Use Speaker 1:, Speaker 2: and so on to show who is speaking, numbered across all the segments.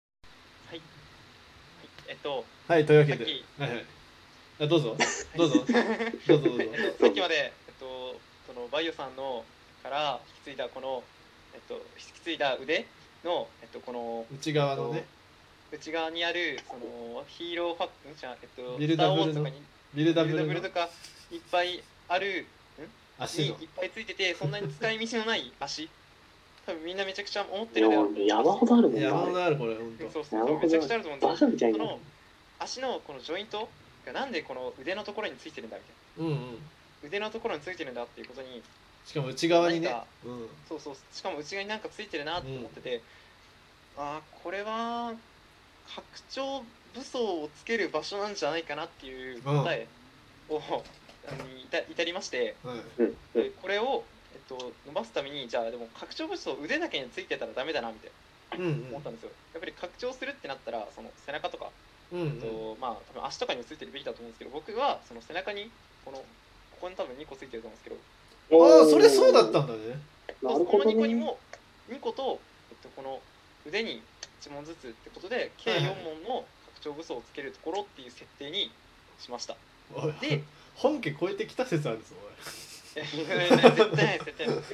Speaker 1: と
Speaker 2: はいというわけ
Speaker 1: さっ
Speaker 2: で
Speaker 1: き
Speaker 2: はいはいあどう ぞどうぞどうぞどうぞ
Speaker 1: さっきまで、えっと、そのバイオさんのから引き継いだこの、えっと、引き継いだ腕の、えっと、この
Speaker 2: 内側のね
Speaker 1: 内側にあるそのヒーローファクんじゃんえっと
Speaker 2: ビル
Speaker 1: スター
Speaker 2: ダ
Speaker 1: ウ
Speaker 2: ブ
Speaker 1: ォー
Speaker 2: ル
Speaker 1: ズと
Speaker 2: の
Speaker 1: かに
Speaker 2: ビルダ
Speaker 1: ビ
Speaker 2: ブ
Speaker 1: ルダブ
Speaker 2: ル
Speaker 1: ル
Speaker 2: の
Speaker 1: とかいっぱいあるに
Speaker 2: 足
Speaker 1: い
Speaker 2: の
Speaker 1: っぱいついててそんなに使い道のない足多分みんなめちゃくちゃ思ってる
Speaker 3: でも山ほどあるもん
Speaker 2: いや
Speaker 3: な
Speaker 2: も
Speaker 3: あ
Speaker 2: う
Speaker 3: れ
Speaker 2: なるこれ本当
Speaker 1: そうそうそうめちゃくちゃあると思うんだ
Speaker 3: バカみたい
Speaker 1: そ
Speaker 3: にな
Speaker 1: の足のこのジョイントがなんでこの腕のところについてるんだみたい
Speaker 2: うんうん
Speaker 1: な腕のところについてるんだっていうことに
Speaker 2: しかも内側にね
Speaker 1: 何か
Speaker 2: うん
Speaker 1: そうそうしかも内側になんかついてるなと思ってて、あーこれは拡張武装をつける場所なんじゃないかなっていう答えを、あのに至至りまして
Speaker 2: はい
Speaker 3: うんうん
Speaker 1: でこれを、えっと、伸ばすためにじゃあでも拡張武装腕だけについてたらダメだなみたいな
Speaker 2: うんうん
Speaker 1: 思ったんですよ、やっぱり拡張するってなったらその背中とか、
Speaker 2: うんう
Speaker 1: えっ
Speaker 2: ん
Speaker 1: とまあ多分足とかにもついてるべきだと思うんですけど僕はその背中にこのここに多分2個ついてると思うんですけど
Speaker 2: ああそれそうだったんだね
Speaker 3: な
Speaker 1: そう
Speaker 3: る
Speaker 1: この
Speaker 3: ほど
Speaker 1: 2個に
Speaker 3: ね
Speaker 1: も2個と、えっと、この腕に1問ずつってことで計
Speaker 2: はい
Speaker 1: 4
Speaker 2: はい
Speaker 1: 問の拡張武装をつけるところっていう設定にしました。
Speaker 2: おい
Speaker 1: で
Speaker 2: 本家超えてきた説あるぞ
Speaker 1: いや絶対ない絶対ないで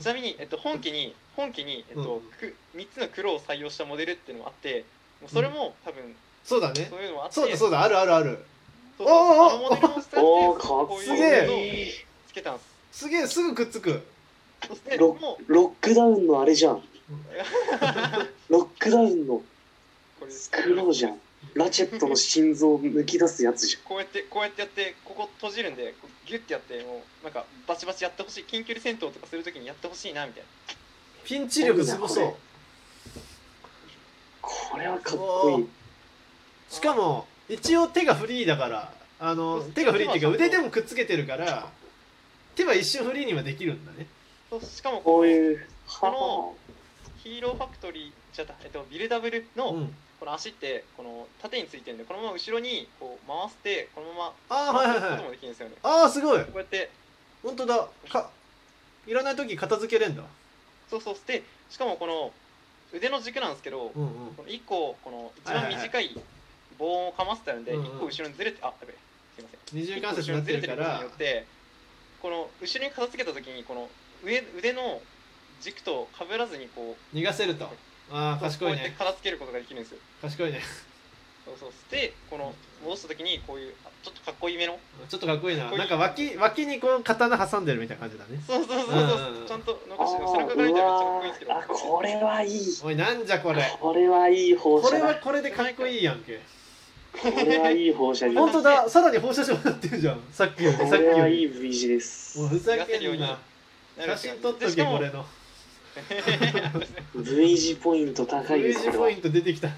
Speaker 1: ちなみに、えっと、本機に本機に、えっと
Speaker 2: うん
Speaker 1: く3つの黒を採用したモデルっていうのもあってもうそれも多分
Speaker 2: そうだね
Speaker 1: そういうのもあって、
Speaker 2: そうだそうだあるあるある
Speaker 1: そうそう
Speaker 2: おーお
Speaker 1: あ
Speaker 2: ー
Speaker 1: のモデルを使って
Speaker 3: おおかっ
Speaker 1: こう
Speaker 3: す
Speaker 2: す
Speaker 1: い
Speaker 2: げ
Speaker 1: うのを
Speaker 3: げえ
Speaker 1: つけたんです。
Speaker 2: すげえすぐくっつく
Speaker 1: そして
Speaker 3: ロ
Speaker 1: もう
Speaker 3: ロックダウンのあ れじゃんロックダウンの
Speaker 1: これ
Speaker 3: スクローじゃんラチェットの心臓を抜き出すやつじ
Speaker 1: こうやってこうやってやってここ閉じるんでこうギュッてやってもうなんかバチバチやってほしい近距離戦闘とかするときにやってほしいなみたいな
Speaker 2: ピンチ力すごそう
Speaker 3: ゃんこれはかっこいい
Speaker 2: しかも一応手がフリーだからあの
Speaker 1: そう
Speaker 2: 手がフリーっていうか
Speaker 1: 手は
Speaker 2: 腕でもくっつけてるから手は一瞬フリーにはできるんだね
Speaker 1: そうしかも
Speaker 3: こう
Speaker 1: う
Speaker 3: いう
Speaker 1: こ
Speaker 3: は
Speaker 1: のヒーローファクトリーじゃった、えっと、ビルダブル
Speaker 2: う
Speaker 1: の
Speaker 2: ん
Speaker 1: この足ってこの縦についてるんでこのまま後ろにこう回してこのま
Speaker 2: ああ
Speaker 1: ま
Speaker 2: はいは
Speaker 1: 回
Speaker 2: い
Speaker 1: すこ
Speaker 2: は
Speaker 1: とも
Speaker 2: い
Speaker 1: できるんですよね
Speaker 2: ああすごい
Speaker 1: こうやって
Speaker 2: 本当だかいらない時片付けれんだ
Speaker 1: そうそうしてしかもこの腕の軸なんですけど
Speaker 2: うんうん
Speaker 1: この1個この一番
Speaker 2: はいはいはい
Speaker 1: 短い棒をかませてあるんで
Speaker 2: うんうん
Speaker 1: 1個後ろにずれてあやべえすいません
Speaker 2: 二重関節になってるか
Speaker 1: に
Speaker 2: ら
Speaker 1: よってこの後ろに片付けた時にこの上腕の軸と被らずにこう
Speaker 2: 逃がせるとああ
Speaker 1: こ
Speaker 2: 賢
Speaker 1: う
Speaker 2: い
Speaker 1: やって
Speaker 2: ね
Speaker 1: 片付けることができるんですよ
Speaker 2: 賢いね
Speaker 1: そうそうしてこの戻した時にこういうあちょっとかっこいいめの
Speaker 2: ちょっとかっこいいななんか脇脇にこの刀挟んでるみたいな感じだね
Speaker 1: そうそうそうそう
Speaker 2: うんうん
Speaker 1: ちゃんと残してる背
Speaker 3: あ
Speaker 1: 中
Speaker 3: ー
Speaker 1: から見
Speaker 3: う
Speaker 1: たらめっちゃかっこいいん
Speaker 3: わ
Speaker 1: ですけ
Speaker 3: ーあ
Speaker 1: ど
Speaker 3: これはいい
Speaker 2: おいなんじゃこれ
Speaker 3: これはいい放
Speaker 2: こ
Speaker 3: 射
Speaker 2: れは
Speaker 3: だ
Speaker 2: これでかっこいいやんけ
Speaker 3: これはいい放射
Speaker 2: 本
Speaker 3: だ
Speaker 2: 当だ さらに放射状になってるじゃんさっきより
Speaker 3: こ
Speaker 2: さっき
Speaker 3: れ
Speaker 2: よ
Speaker 3: はい
Speaker 2: り
Speaker 3: い V 字です
Speaker 2: もうふざ
Speaker 1: 逃
Speaker 2: け
Speaker 1: がせるようんに
Speaker 2: な
Speaker 1: なる
Speaker 2: 写
Speaker 1: んですよ
Speaker 2: 真撮っと
Speaker 1: でし
Speaker 2: け
Speaker 1: かも
Speaker 2: これの
Speaker 3: V 字ポイント高い
Speaker 2: 0
Speaker 3: で
Speaker 2: 時
Speaker 3: すこれ
Speaker 2: ポ
Speaker 3: は
Speaker 2: イント出てきた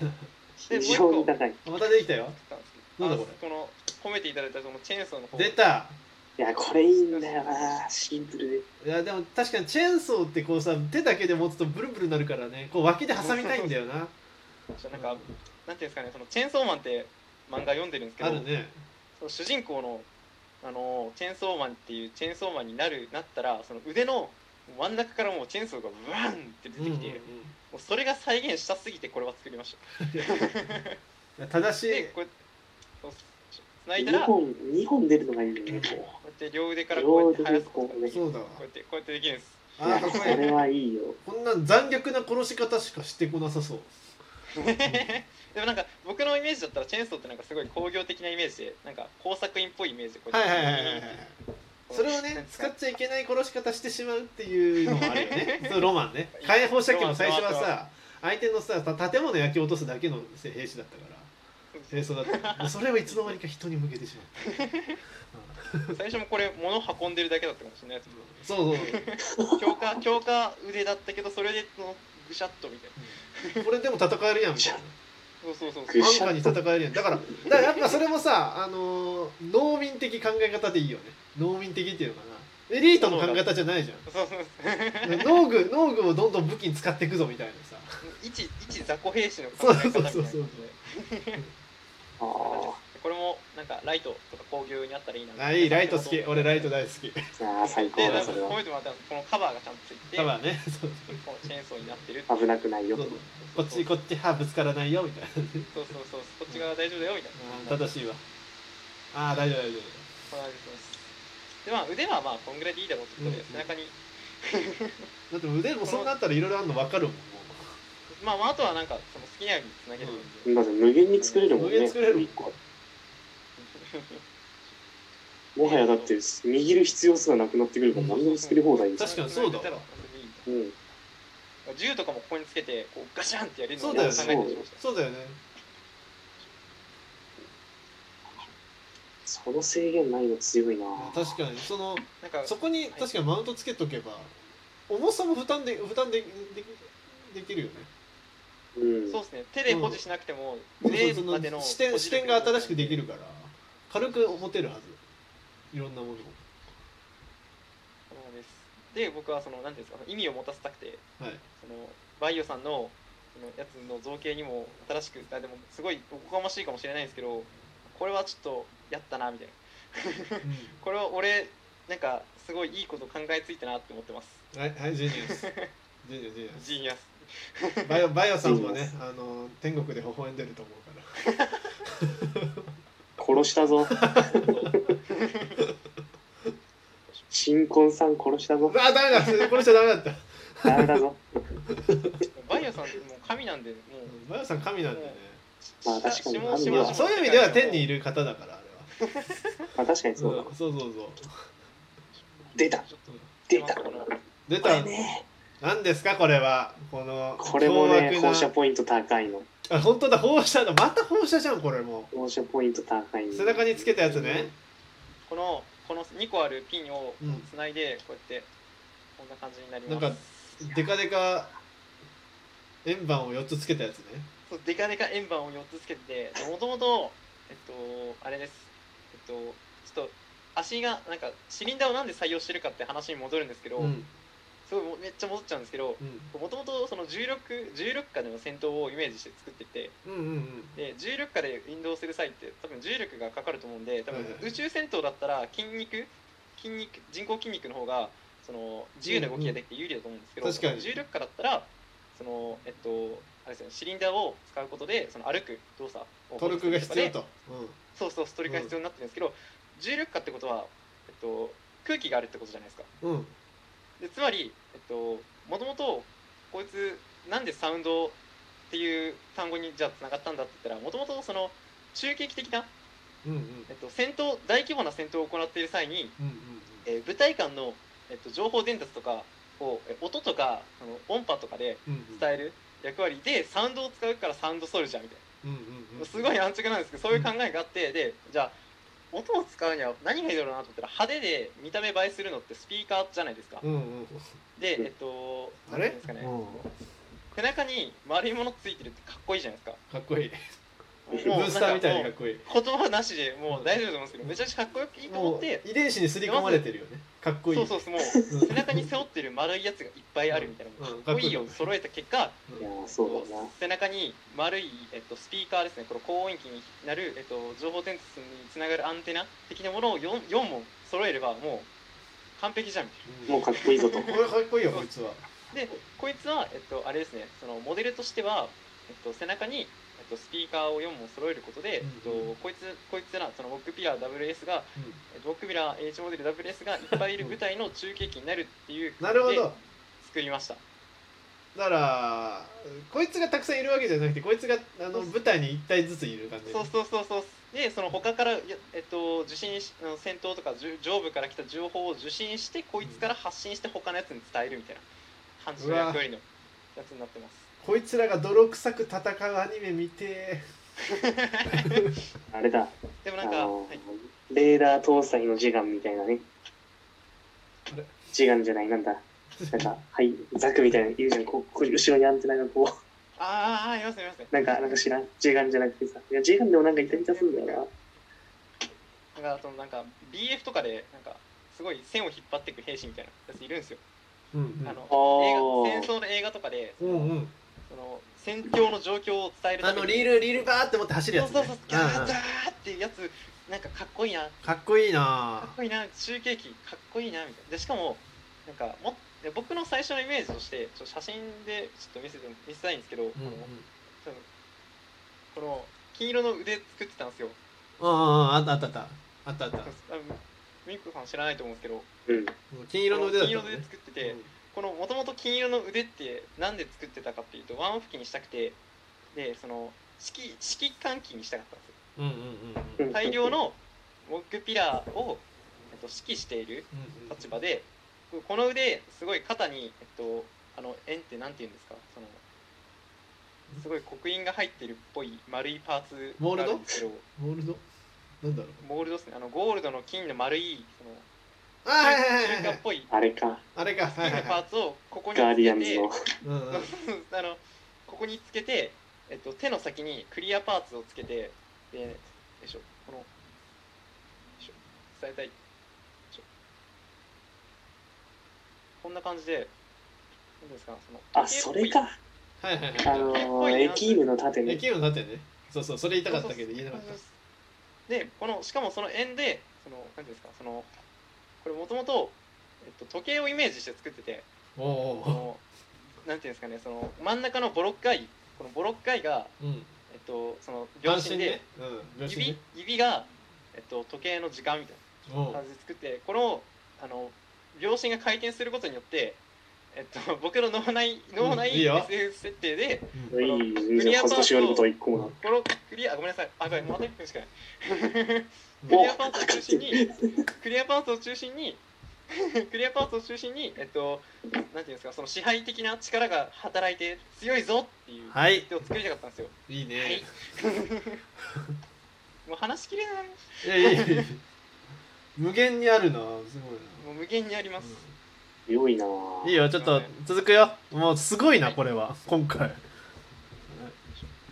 Speaker 3: 非常に高い
Speaker 2: また出てきたよ なんだこ
Speaker 1: この褒めていただいたそのチェーンソーの方
Speaker 2: 出た
Speaker 3: いやこれいいんだよなシンプル
Speaker 2: い
Speaker 3: で
Speaker 2: やでも確かにチェーンソーってこうさ手だけで持つとブルブルなるからねこう脇で挟みたいんだよな
Speaker 1: なんかなんていうんですかねそのチェーンソーマンって漫画読んでるんですけ
Speaker 2: あ
Speaker 1: ど
Speaker 2: るね
Speaker 1: その主人公のあのチェーンソーマンっていうチェーンソーマンになるなったらその腕の真ん中からもうチェーンソーがブワンって出てきて、
Speaker 2: うんうん
Speaker 1: もうそれが再現したすぎてこれは作りました
Speaker 2: うん正しい
Speaker 1: でこうやってそう繋いだら
Speaker 3: 2
Speaker 1: こ
Speaker 3: 本二本出るのがいいんだよね
Speaker 1: うやって両腕からこ
Speaker 3: 両
Speaker 1: うやって生や
Speaker 3: 手です
Speaker 1: こと
Speaker 3: こ
Speaker 1: が
Speaker 3: う
Speaker 1: で
Speaker 3: ね
Speaker 1: きる
Speaker 2: そうだわ
Speaker 1: こうやってこうやってできるんです
Speaker 2: あ
Speaker 3: いや
Speaker 2: ーかっ
Speaker 3: こ
Speaker 2: こいい
Speaker 3: れはいいよ
Speaker 2: こんなん残虐な殺し方しかしてこなさそう
Speaker 1: でもなんか僕のイメージだったらチェーンソーってなんかすごい工業的なイメージでなんか工作員っぽいイメージでこう
Speaker 2: は
Speaker 1: やって
Speaker 2: いはいはいはいはいそれをね使っちゃいけない殺し方してしまうっていうのもあるよ ねそうロマンね火放射器も最初は
Speaker 1: ロマンロ
Speaker 2: さ相手のさた建物焼き落とすだけの兵士だったから兵装だったもうそれをいつの間にか人に向けてしまった
Speaker 1: 最初もこれ物運んでるだけだったかもしれないです
Speaker 2: そうそう
Speaker 1: 強化強化腕だったけどそれでそのぐしゃっとみたいな
Speaker 2: そうこれでも戦えるやんみたいな
Speaker 1: そうそうそうそう
Speaker 3: ぐし
Speaker 2: 安
Speaker 3: ゃっ
Speaker 2: 価に戦えるやんだからだからやっぱそれもさ、あのー農民的考え方でいいよね農民的っていうのかなエリートの考え方じゃないじゃん
Speaker 1: そうそうそう
Speaker 2: 農具農具をどんどん武器に使っていくぞみたいなさ
Speaker 1: 一一雑魚兵士の考え方みたいな
Speaker 2: そうそうそうそう
Speaker 1: こ
Speaker 3: ああ
Speaker 1: これもなんかライトとか工業にあったらいいな
Speaker 2: あいいライト好き俺ライト大好き
Speaker 3: ああ最高
Speaker 1: で
Speaker 3: だ
Speaker 1: なん
Speaker 3: そ
Speaker 1: か
Speaker 3: れ
Speaker 1: 褒
Speaker 3: は
Speaker 1: めてもらったのこのカバーがちゃんとついて
Speaker 2: カバーねそう
Speaker 1: こうチェーンソーになってる
Speaker 3: 危なくないよ
Speaker 2: そうこっちこっち歯ぶつからないよみたいな
Speaker 1: そうそうそうこっち側大丈夫だよみたい
Speaker 2: うん
Speaker 1: な
Speaker 2: 正しいわああ大丈夫大丈
Speaker 1: こんな感じですでまあ腕はまあこんぐらいでいいだろうということで、背
Speaker 2: うん
Speaker 1: 中に
Speaker 2: 夫だって腕もそんなあったらいろいろあるの分かるもんも
Speaker 1: まあ、まあ、あとはなんかその好きなようにつなげるんで、
Speaker 3: だって無限に作れるもん
Speaker 2: 無限
Speaker 3: ね
Speaker 2: に作れるもん
Speaker 3: 一個もはやだって握る必要すらなくなってくるから何でも作り放題です
Speaker 2: 確かにそうだわ
Speaker 1: つなげられたら本当にいい
Speaker 3: うん
Speaker 1: 銃とかもここにつけてこうガシャンってやれるのを
Speaker 2: そ
Speaker 1: 考
Speaker 2: う
Speaker 1: え
Speaker 2: だよ
Speaker 1: て
Speaker 2: ね
Speaker 1: しまいました
Speaker 2: うそうだよね
Speaker 3: その制限ないの強いな
Speaker 2: 確かにその
Speaker 1: なんか
Speaker 2: そこに確かにマウントつけとけば重さも負担で負担ででできるよね
Speaker 3: うん
Speaker 1: そうですね手で保持しなくても
Speaker 2: そう
Speaker 1: 腕
Speaker 2: そ
Speaker 1: までの
Speaker 2: の視点視点が新しくできるから軽く持てるはずいろんなものを
Speaker 1: そうなんですで僕はその何ていうんですか意味を持たせたくて
Speaker 2: はい
Speaker 1: そのバイオさんのそのやつの造形にも新しくあでもすごいおこがましいかもしれないんですけどこれはちょっとやったなみたいな
Speaker 2: う
Speaker 1: これは俺なんかすごいいいこと考えついたなって思ってます
Speaker 2: んはいはいジェニウスジェニウスジェニウス
Speaker 1: ジーニアス
Speaker 2: バイオバイオさんも
Speaker 3: ジェニ
Speaker 2: ね
Speaker 3: ウス
Speaker 2: あの天国で微笑んでると思うから
Speaker 3: 殺したぞ新婚さん殺したぞ
Speaker 2: あダメだこれじゃダメだった
Speaker 3: ダメだぞ
Speaker 1: バイオさんってもう神なんでもう
Speaker 2: バイオさん神なんでね
Speaker 3: まあ確かに
Speaker 1: 下
Speaker 3: 神
Speaker 1: 下
Speaker 3: だ
Speaker 1: 下
Speaker 2: そういう意味では天にいる方だからあれ
Speaker 3: まあ確かにそうだ
Speaker 2: は
Speaker 3: わ
Speaker 2: うんそうそうそう
Speaker 3: 出た
Speaker 2: うん
Speaker 3: 出た
Speaker 1: この
Speaker 2: 出
Speaker 3: こ
Speaker 2: た
Speaker 3: れね
Speaker 2: 何ですかこれはこの
Speaker 3: これもね
Speaker 2: 凶
Speaker 3: 放
Speaker 2: 悪
Speaker 3: 射
Speaker 2: な
Speaker 3: ポイント高いの
Speaker 2: あ本当だ放射だまた放射じゃんこれも
Speaker 3: 放射ポイント高いの
Speaker 2: 背中につけたやつね
Speaker 1: このこの2個あるピンを
Speaker 2: うん
Speaker 1: つないでこうやってこんな感じになり
Speaker 2: な
Speaker 1: ま
Speaker 2: ん
Speaker 1: す
Speaker 2: かデカデカ円盤を4つつけたやつね
Speaker 1: そうデカデカ円盤を4つつけててもともとえっとあれですえっとちょっと足がなんかシリンダーをなんで採用してるかって話に戻るんですけど、
Speaker 2: うん
Speaker 1: すごいもめっちゃ戻っちゃうんですけど
Speaker 2: うん
Speaker 1: もともとその16 16下での戦闘をイメージして作ってて
Speaker 2: うんうんうん
Speaker 1: で16下で運動する際って多分重力がかかると思うんで多分
Speaker 2: はいはい
Speaker 1: 宇宙戦闘だったら筋肉筋肉人工筋肉の方がその自由な動きができて有利だと思うんですけど、
Speaker 2: うん確かに
Speaker 1: 重力下だったらそのえっとあれですよねシリンダーを使うことでその歩く動作を
Speaker 2: トルクが必要と
Speaker 1: そうそうトルクが必要になってるんですけど、重力下ってことは、えっと、空気があるってことじゃないですか
Speaker 2: うんうん
Speaker 1: でつまり、えっと、もともとこいつなんでサウンドっていう単語にじゃあつながったんだって言ったらもともとその中継機的な、
Speaker 2: うんうん
Speaker 1: えっと、戦闘大規模な戦闘を行っている際に、
Speaker 2: うん
Speaker 1: えー部隊間の、えっと、情報伝達とかをえ音とかその音波とかで
Speaker 2: うんうん
Speaker 1: 伝える役割でサウンドを使うからサウンドソルジャーみたい
Speaker 2: うんうんう
Speaker 1: なんすごい安直なんですけどそういう考えがあってでじゃあ音を使うには何がいいだろうなと思ったら派手で見た目映えするのってスピーカーじゃないですか
Speaker 2: うんうん
Speaker 1: でえっと
Speaker 2: あ
Speaker 1: なん
Speaker 2: れ
Speaker 1: ていうんですかね
Speaker 2: うん
Speaker 1: 背中に丸いものついてるってかっこいいじゃないですか
Speaker 2: かっこいいブ
Speaker 1: もうなん
Speaker 2: ー
Speaker 1: か
Speaker 2: スターみたいにか
Speaker 1: も
Speaker 2: っこいいう
Speaker 1: 言葉なしでもう大丈夫だと思うんですけどめちゃくちゃかっこよくいいと思
Speaker 2: も
Speaker 1: っ
Speaker 2: う
Speaker 1: て
Speaker 2: 遺伝子に刷り込まれてるよねかっこいい
Speaker 1: そうそうそうもう
Speaker 2: うん
Speaker 1: 背中に背負ってる丸いやつがいっぱいあるみたいな
Speaker 2: うんうん
Speaker 1: かっこいいよ揃えた結果
Speaker 3: いやーそうだな
Speaker 1: 背中に丸い、えっと、スピーカーですねこの高音域になる、えっと、情報伝達につながるアンテナ的なものを 4, 4本揃えればもう完璧じゃんみたい
Speaker 2: うん
Speaker 3: もうかっこいいぞ と
Speaker 2: これかっこいいよこいつは
Speaker 1: なでこいつは、えっと、あれですねそのモデルとしては、えっと、背中に、えっと、スピーカーを4本揃えることで、
Speaker 2: うん
Speaker 1: えっと、こいつこいつらそのモックピラー WS がえっとモックピラー H モデル WS がいっぱいいる部隊の中継機になるっていう
Speaker 2: なるほ
Speaker 1: で
Speaker 2: ど
Speaker 1: 作りました
Speaker 2: だからこいつがたくさんいるわけじゃなくてこいつがあの舞台に一体ずついる感じ
Speaker 1: そうそうそうそうでその他からやえっと受信しあの戦闘とかじゅ上部から来た情報を受信してこいつから発信して他のやつに伝えるみたいな感じの役割のやつになってます
Speaker 2: こいつらが泥臭く戦うアニメ見て
Speaker 3: あれだ
Speaker 1: でもな
Speaker 3: あ
Speaker 1: んか、
Speaker 3: の
Speaker 1: はい、
Speaker 3: レーダー搭載のジガンみたいなね
Speaker 2: あれ
Speaker 3: ジガンじゃないなんだなんかはいザクみたいなのいるじゃんこうこう後ろにアンテナがこう
Speaker 1: あーあーいますいます
Speaker 3: なんかなんか知らんジガンじゃなくてさいやジガンでもなんかいたいたするんだよ
Speaker 1: なんかそのなんか BF とかでなんかすごい線を引っ張っていく兵士みたいなやついるんですよ、
Speaker 2: うんうん
Speaker 1: あの
Speaker 3: あー
Speaker 1: 映画戦争の映画とかで
Speaker 2: うんうん
Speaker 1: その戦況の状況を伝える
Speaker 2: あ
Speaker 1: た
Speaker 2: の
Speaker 1: め
Speaker 2: リー
Speaker 1: に
Speaker 2: ルリールバーって持って走るやつ、ね、
Speaker 1: そうそうそうガ
Speaker 2: ん
Speaker 1: ー
Speaker 2: ん
Speaker 1: ッっていうやつなんかかっこいいなか
Speaker 2: かっこいいな
Speaker 1: っこいいな中継機かっこいいなみたいなでしかもなんかもで僕の最初のイメージとしてちょっと写真でちょっと見せて見せたいんですけど、
Speaker 2: うんうん
Speaker 1: この多分この金色の腕作ってたんですよ
Speaker 2: うんうんあったあったあったあったあった
Speaker 1: あのミクさん知らないと思うんですけど
Speaker 3: うん。
Speaker 2: 金色の腕だった
Speaker 1: 金色
Speaker 2: も
Speaker 1: の
Speaker 2: ん
Speaker 1: 腕
Speaker 2: ね
Speaker 1: 作ってて、このもともと金色の腕ってなんで作ってたかっていうとワンオフ機にしたくてでその指揮指揮官機にしたかったんですよ
Speaker 2: うんうんうんうんうん
Speaker 1: 大量のモックピラーを、えっと、指揮している
Speaker 2: うん
Speaker 1: 立場でこの腕すごい肩に、えっと、あの円ってなんて言うんですかそのすごい刻印が入ってるっぽい丸いパーツがあるんですけど
Speaker 2: モールドなんだろう
Speaker 1: モールドですねあのゴールドの金の丸いその
Speaker 2: あはいはいは
Speaker 1: 中
Speaker 2: いは
Speaker 1: 華っ
Speaker 2: い
Speaker 1: ぽい
Speaker 3: あれか。
Speaker 2: あれかはい
Speaker 1: 金
Speaker 2: は
Speaker 1: の
Speaker 2: い
Speaker 1: パー
Speaker 2: は
Speaker 1: ツをここに
Speaker 3: ガー
Speaker 1: つ
Speaker 3: ディア
Speaker 1: け
Speaker 3: ンズ
Speaker 1: て
Speaker 3: の。
Speaker 2: いうんうん
Speaker 1: あのここにつけて、えっと、手の先にクリアパーツをつけてでよいしょこのよいしょ伝えたいよいしょこんな感じで何ですかその
Speaker 3: あ、それか。
Speaker 2: はいはい
Speaker 3: あ
Speaker 2: はい
Speaker 3: のー、エキームの盾
Speaker 2: え
Speaker 3: ね。
Speaker 2: キムだってねそうそうそれ言いたかったけど言えなかった
Speaker 1: でこのしかもその円でその何ですかそのこれもともと、えっと、時計をイメージして作ってて
Speaker 2: おお
Speaker 1: このなんていうんですかねその真ん中のボロッカイこのボロッカイが
Speaker 2: ーうん
Speaker 1: えっと、その秒
Speaker 2: 秒
Speaker 1: 針
Speaker 2: 針
Speaker 1: で
Speaker 2: ねうん秒針
Speaker 1: 指
Speaker 2: ね
Speaker 1: 指が、えっと、時計の時間みたい
Speaker 2: お
Speaker 1: な
Speaker 2: う
Speaker 1: 感じで作ってこのあの秒針が回転することによって、えっと、僕の脳内脳
Speaker 2: うんいい
Speaker 1: 内
Speaker 2: よ
Speaker 1: SF 設定で
Speaker 3: いい、全
Speaker 1: クリ
Speaker 3: 然
Speaker 1: アパーツを
Speaker 3: 恥ずかしがることは一個もない。
Speaker 1: このクリアあごめんなさいあごめんまた1分しかない
Speaker 2: うん
Speaker 1: クリアパーツを中心にクリアパーツを中心に クリアパーツを中心にえっとなんていうんですかその支配的な力が働いて強いぞっていう
Speaker 2: はい
Speaker 1: 手を作りたかったんですよ
Speaker 2: いい
Speaker 1: はい
Speaker 2: ね
Speaker 1: もう話しきれない
Speaker 2: いやいやいや無限にあるなすごい
Speaker 1: もう無限にあります、
Speaker 2: な
Speaker 3: 良いな
Speaker 2: うんいいよちょっと続くよもうすごいなこれは今回